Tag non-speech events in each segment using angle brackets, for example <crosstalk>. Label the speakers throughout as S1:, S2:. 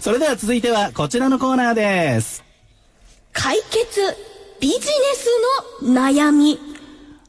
S1: <laughs> それでは続いてはこちらのコーナーです。
S2: 解決ビジネスの悩み。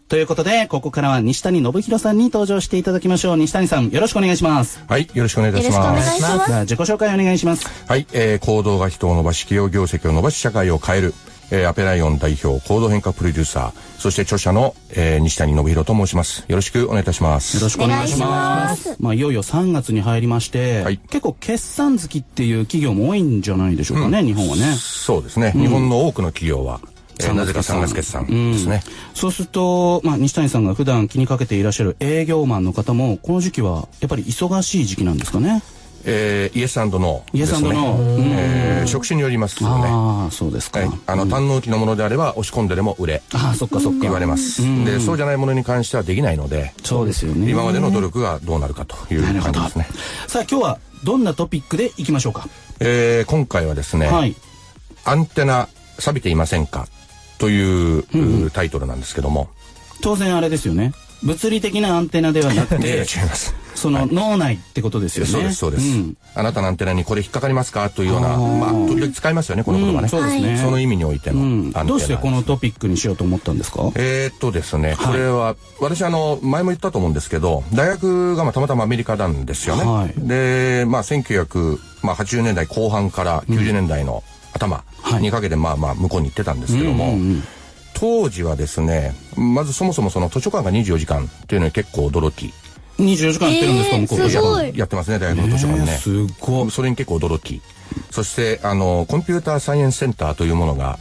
S1: ということで、ここからは西谷信弘さんに登場していただきましょう。西谷さん、よろしくお願いします。
S3: はい、よろしくお願いいたし
S2: よろしくお願
S3: ま。
S2: いしますす
S1: では自己紹介お願いします。
S3: はい、えー行動が人を伸ばし、企業業績を伸ばし、社会を変える、えーアペライオン代表、行動変化プロデューサー、そして著者の、えー西谷信弘と申します。よろしくお願いいたします。
S1: よろしくお願いします。
S2: お願いしま
S1: まあ、いよいよ3月に入りまして、
S3: はい
S1: 結構決算好きっていう企業も多いんじゃないでしょうかね、日本はね。
S3: そうですね、日本の多くの企業は、えー
S1: 三月決算
S3: なぜか3月決算ですね。
S1: そうすると、まあ、西谷さんが普段気にかけていらっしゃる営業マンの方も、この時期はやっぱり忙しい時期なんですかね。
S3: えーイエスノ
S1: イ
S3: ー
S1: エ
S3: で
S1: ス
S3: すね。
S1: ノーうん
S3: えー職種によりますよね。
S1: ああ、そうですか。
S3: はい、あの、単納期のものであれば、押し込んででも売れ。
S1: ああ、そっかそっか。
S3: 言われます。で、そうじゃないものに関してはできないので、
S1: そうですよね。
S3: 今までの努力がどうなるかという
S1: なるほ
S3: 感じ
S1: ど
S3: ですね。。
S1: さあ、今日はどんなトピックでいきましょうか。
S3: えー今回はですね、
S1: はい。
S3: アンテナ錆びていませんかという、うータイトルなんですけど
S1: <laughs>
S3: も、
S1: 当然あれですよね。物理的なアンテナではなく
S3: いや違い <laughs>
S1: て、
S3: ます。
S1: その脳内ってこと <laughs> ですよね。
S3: そうです、そうです、
S1: ん
S3: あなたのアンテナにこれ引っかかりますかというような、
S1: あー
S3: まあ、時々使いますよね、この言葉
S1: うん
S3: ね。
S1: そうですね。
S3: その意味においての
S1: う
S3: アン
S1: ん
S3: テナ、
S1: どうしてこのトピックにしようと思ったんですか
S3: えーっとですね、これは、私あの、前も言ったと思うんですけど、大学がまあたまたまアメリカなんですよね。
S1: はい
S3: で、まあ、1980年代後半から90年代の頭
S1: はい
S3: にかけて、まあまあ、向こうに行ってたんですけども、当時はですね、まずそもそもその図書館が24時間っていうのに結構驚き。
S1: 24時間やってるんですか、
S2: えー
S1: 向こうです
S2: ごい
S3: やってますね、大学の図書館ね。
S1: えーすごい
S3: それに結構驚き。そして、あの、コンピューターサイエンスセンターというものが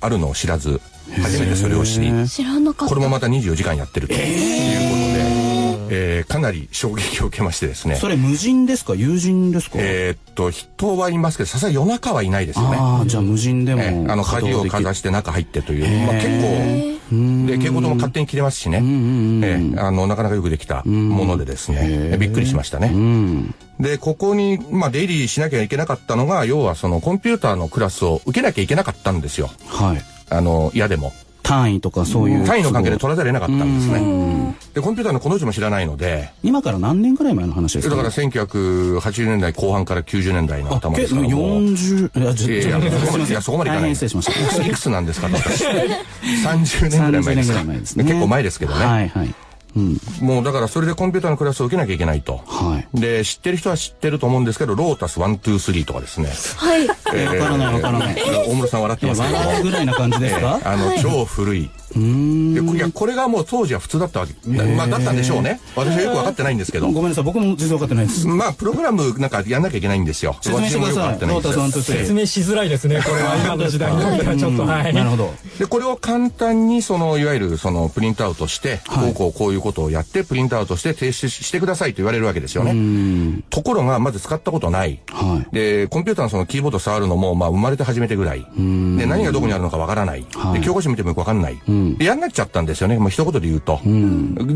S3: あるのを知らず、初めてそれを知り、
S2: 知らなかっ
S3: こ
S2: た
S3: れ。もまた24時間やってるということで、えーかなり衝撃を受けましてですね。
S1: それ無人ですか友人ですか、
S3: えーっと、人はいますけど、さすがに夜中はいないですよね。
S1: ああ、じゃあ無人でも、
S3: えーあの、
S1: 稼働
S3: 鍵を
S1: でき
S3: か
S1: る
S3: ざして中入ってという、まあ、結構、で、蛍光灯も勝手に切れますしね。えーあの、なかなかよくできたものでですね、びっくりしましたね。で、ここに、まあ、出入りしなきゃいけなかったのが、要はそのコンピューターのクラスを受けなきゃいけなかったんですよ。
S1: はい。
S3: あの、嫌でも。
S1: 単位とかそういう。
S3: 単位の関係で取らざるを得なかったんですね。で、コンピューターのこの字も知らないので、
S1: 今から何年くらい前の話で
S3: だ
S1: すか
S3: から1980年代後半から90年代の
S1: あ、
S3: 頭で
S1: け
S3: すからもう。
S1: 40、いや、
S3: い
S1: ちょ
S3: やい
S1: ちょ
S3: や
S1: すいません
S3: いやそこまでいか
S1: 大
S3: ない。
S1: 変失礼しました。
S3: いくつなんですか
S1: <laughs>
S3: と私。30年ぐらい前ですか。
S1: 30年ですね。
S3: 結構前ですけどね。
S1: はいはい。うん。
S3: もうだからそれでコンピューターのクラスを受けなきゃいけないと。
S1: はい。
S3: で、知ってる人は知ってると思うんですけど、ロータス123とかですね。
S2: はい。
S1: え <laughs> わからないわからない
S3: えー大室さん笑っ
S1: い
S3: て
S1: や、
S3: ますけども
S1: 笑う。ぐらいな感じですか、
S3: あの、超古い。でこいや、これがもう当時は普通だったわけ。まあ、だったんでしょうね。私はよくわかってないんですけど
S1: ご。めんなさい、僕も全然わかってないです。
S3: まあ、プログラムなんかやんなきゃいけないんですよ。
S1: 説明してくださ
S3: 私もよわかっ
S1: い。
S3: てな
S1: ロ
S3: い
S1: ー
S3: ん
S1: タス
S3: ですよ
S1: ワンツースリ
S4: 説
S1: ー。
S4: 明しづらいですね、こ
S1: <laughs>
S4: れは今の時代においてはちょっと、はい。
S1: なるほど。
S3: で、これを簡単に、その、いわゆる、その、プリントアウトして、
S1: はい
S3: こうこうこういうことをやって、プリントアウトして提出ししてくださいと言われるわけですよね。ところが、まず使ったことない。
S1: はい
S3: で、コンピューターのそのキーボード触るのも、まあ、生まれて初めてぐらい。で、何がどこにあるのかわからない。
S1: はい
S3: で、教科書見てもよくわかんない。で、やんなっちゃったんですよね。もう一言で言うと。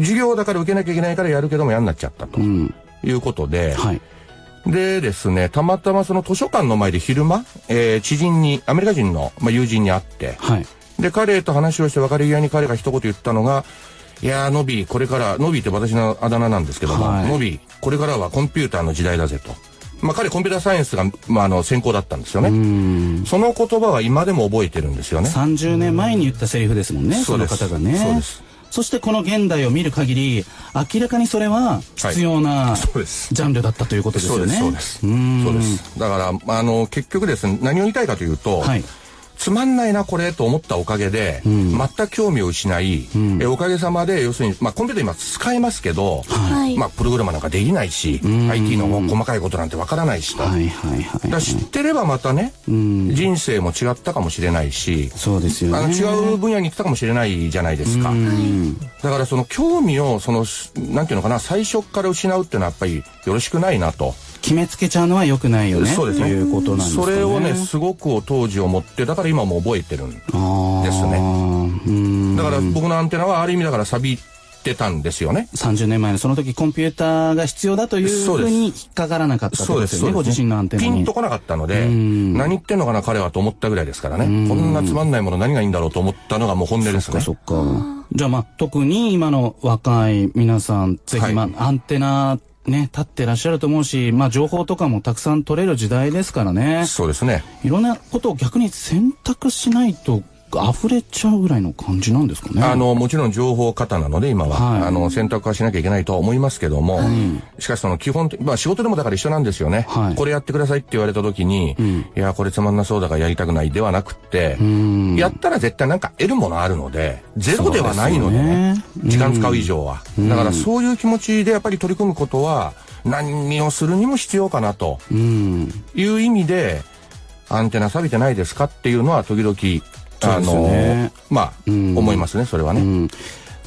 S3: 授業だから受けなきゃいけないからやるけども、やんなっちゃったと。いうことで、
S1: はい。
S3: でですね、たまたまその図書館の前で昼間、えー知人に、アメリカ人の、まあ、友人に会って、
S1: はい。
S3: で、彼と話をして別れ際に彼が一言言ったのが、いやー、ノビー、これから、ノビーって私のあだ名なんですけども、
S1: はい
S3: ノビー、これからはコンピューターの時代だぜと。まあ、彼、コンピューターサイエンスが、まあ、あの、専攻だったんですよね。その言葉は今でも覚えてるんですよね。
S1: 30年前に言ったセリフですもんね、
S3: うん
S1: その方がね。
S3: そうです
S1: そしてこの現代を見る限り、明らかにそれは必要なジ
S3: そうです
S1: ャンルだったということです
S3: そう
S1: よ
S3: で
S1: ね。
S3: す、そうです。
S1: ん
S3: そうです。だから、あの、結局ですね、何を言いたいかというと、
S1: はい
S3: つまんないな、これ、と思ったおかげで、全く興味を失い、えおかげさまで、要するに、まあ、コンピューター今使えますけど、
S2: はい
S3: まあ、プログラムなんかできないし、IT の細かいことなんてわからないしと。
S1: はいはいは
S3: だ
S1: い
S3: から知ってればまたね、人生も違ったかもしれないし、
S1: そうですよ
S3: あの
S1: ね。
S3: 違う分野に行ってたかもしれないじゃないですか。だからその興味を、その、なんていうのかな、最初から失うっていうのはやっぱりよろしくないなと。
S1: 決めつけちゃうのは良くないよね。
S3: そうですね
S1: ということなんですか
S3: そ
S1: ね。
S3: れをね、すごくを当時思って、だから今も覚えてるんです
S1: あー
S3: ね。
S1: うん。
S3: だから僕のアンテナはある意味だから錆びてたんですよね。
S1: 30年前のその時コンピューターが必要だというふ
S3: そう
S1: う
S3: です
S1: に引っかからなかったってこ
S3: そう
S1: と
S3: で、
S1: ですす
S3: そ
S1: よ
S3: う
S1: ね、
S3: です。
S1: ご自身のアンテナ
S3: ピ
S1: に。
S3: ンとこなかったので、何言ってんのかな、彼はと思ったぐらいですからね。こんなつまんないもの何がいいんだろうと思ったのがもう本音で
S1: そ
S3: す
S1: っか
S3: ね。
S1: そっか。じゃあまあ特に今の若い皆さん、ぜひ
S3: はい
S1: まあ、アンテナね、立ってらっしゃると思うし、まあ情報とかもたくさん取れる時代ですからね。
S3: そうですね。
S1: いろんなことを逆に選択しないと溢れちゃうぐらいの感じなんですかね。
S3: あの、もちろん情報過多なので、今は、
S1: はい
S3: あの、選択はしなきゃいけないとは思いますけども、しかしその基本的、まあ仕事でもだから一緒なんですよね。
S1: はい
S3: これやってくださいって言われた時に、いや、これつまんなそうだからやりたくないではなくって、やったら絶対なんか得るものあるので、ゼロではないのでね、時間使う以上は。だからそういう気持ちでやっぱり取り組むことは、何をするにも必要かなと
S1: うん。
S3: いう意味で、アンテナ錆びてないですかっていうのは時々、
S1: そう
S3: あ
S1: ですよ
S3: の、
S1: ね
S3: まあ、思いますね、それはね。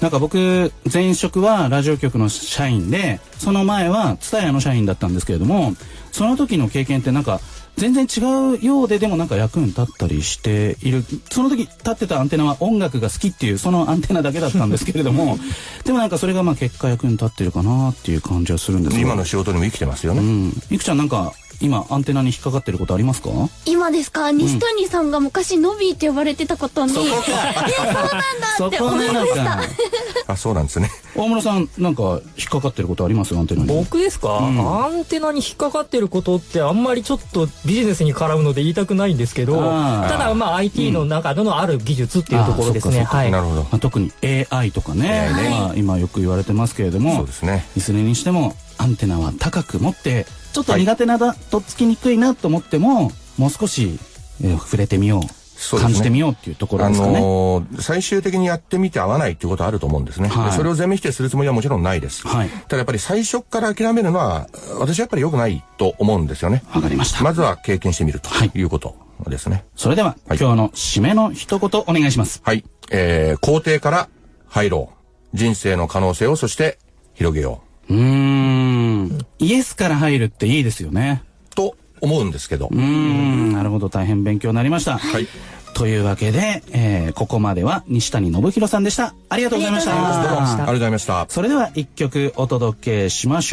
S1: なんか僕、前職はラジオ局の社員で、その前はツタヤの社員だったんですけれども、その時の経験ってなんか、全然違うようででもなんか役に立ったりしている。その時立ってたアンテナは音楽が好きっていう、そのアンテナだけだったんですけれど
S3: <laughs>
S1: も、でもなんかそれがまあ結果役に立ってるかなっていう感じはするんですが
S3: 今の仕事にも生きてますよね。
S1: うん。いくちゃんなんか、今アンテナに引っかかってることありますか
S2: 今ですか西谷さんが昔ノビーって呼ばれてたことに、え、そうなんだ
S1: そ
S2: って
S1: こ
S2: 思い
S1: な
S2: ま
S1: の
S2: した。
S1: か。
S3: あ、そうなんですね。
S1: 大村さん、なんか引っかかってることありますアンテナに。
S4: 僕ですか、アンテナに引っかかってることってあんまりちょっとビジネスに絡むので言いたくないんですけど、
S1: あー
S4: ただまあ IT の中でのある技術っていうところですね。
S1: あーそっかそっか
S4: はい。
S3: なるほど。
S1: まあ、特に AI とかね、
S3: AI ね
S1: まあ、今よく言われてますけれども、
S3: そうですね。
S1: いずれにしてもアンテナは高く持ってちょっと苦手なだ、とっつきにくいなと思ってももう少し、えー触れてみよう
S3: そうです
S1: 感
S3: ね
S1: じてみようっていうところ
S3: あ
S1: ですかね。
S3: のー最終的にやってみて合わないっていうことはあると思うんですね。
S1: はい
S3: でそれを全面否定するつもりはもちろんないです。
S1: はい
S3: ただやっぱり最初から諦めるのは、私はやっぱり良くないと思うんですよね。
S1: わかりました
S3: まずは経験してみると
S1: はい
S3: いうことですね。
S1: それでは、
S3: はい
S1: 今日の締めの一言お願いします。
S3: はい。えー、工程から入ろう。人生の可能性をそして広げよ
S1: うーん。イエスから入るっていいですよね。
S3: う。と思うんですけど。
S1: うーん。なるほど。大変勉強になりました。
S3: はい。
S1: というわけで、えーここまでは西谷信弘さんでした。ありがとうございました。
S3: どうもありがとうございました。
S1: それでは一曲お届けしましょう。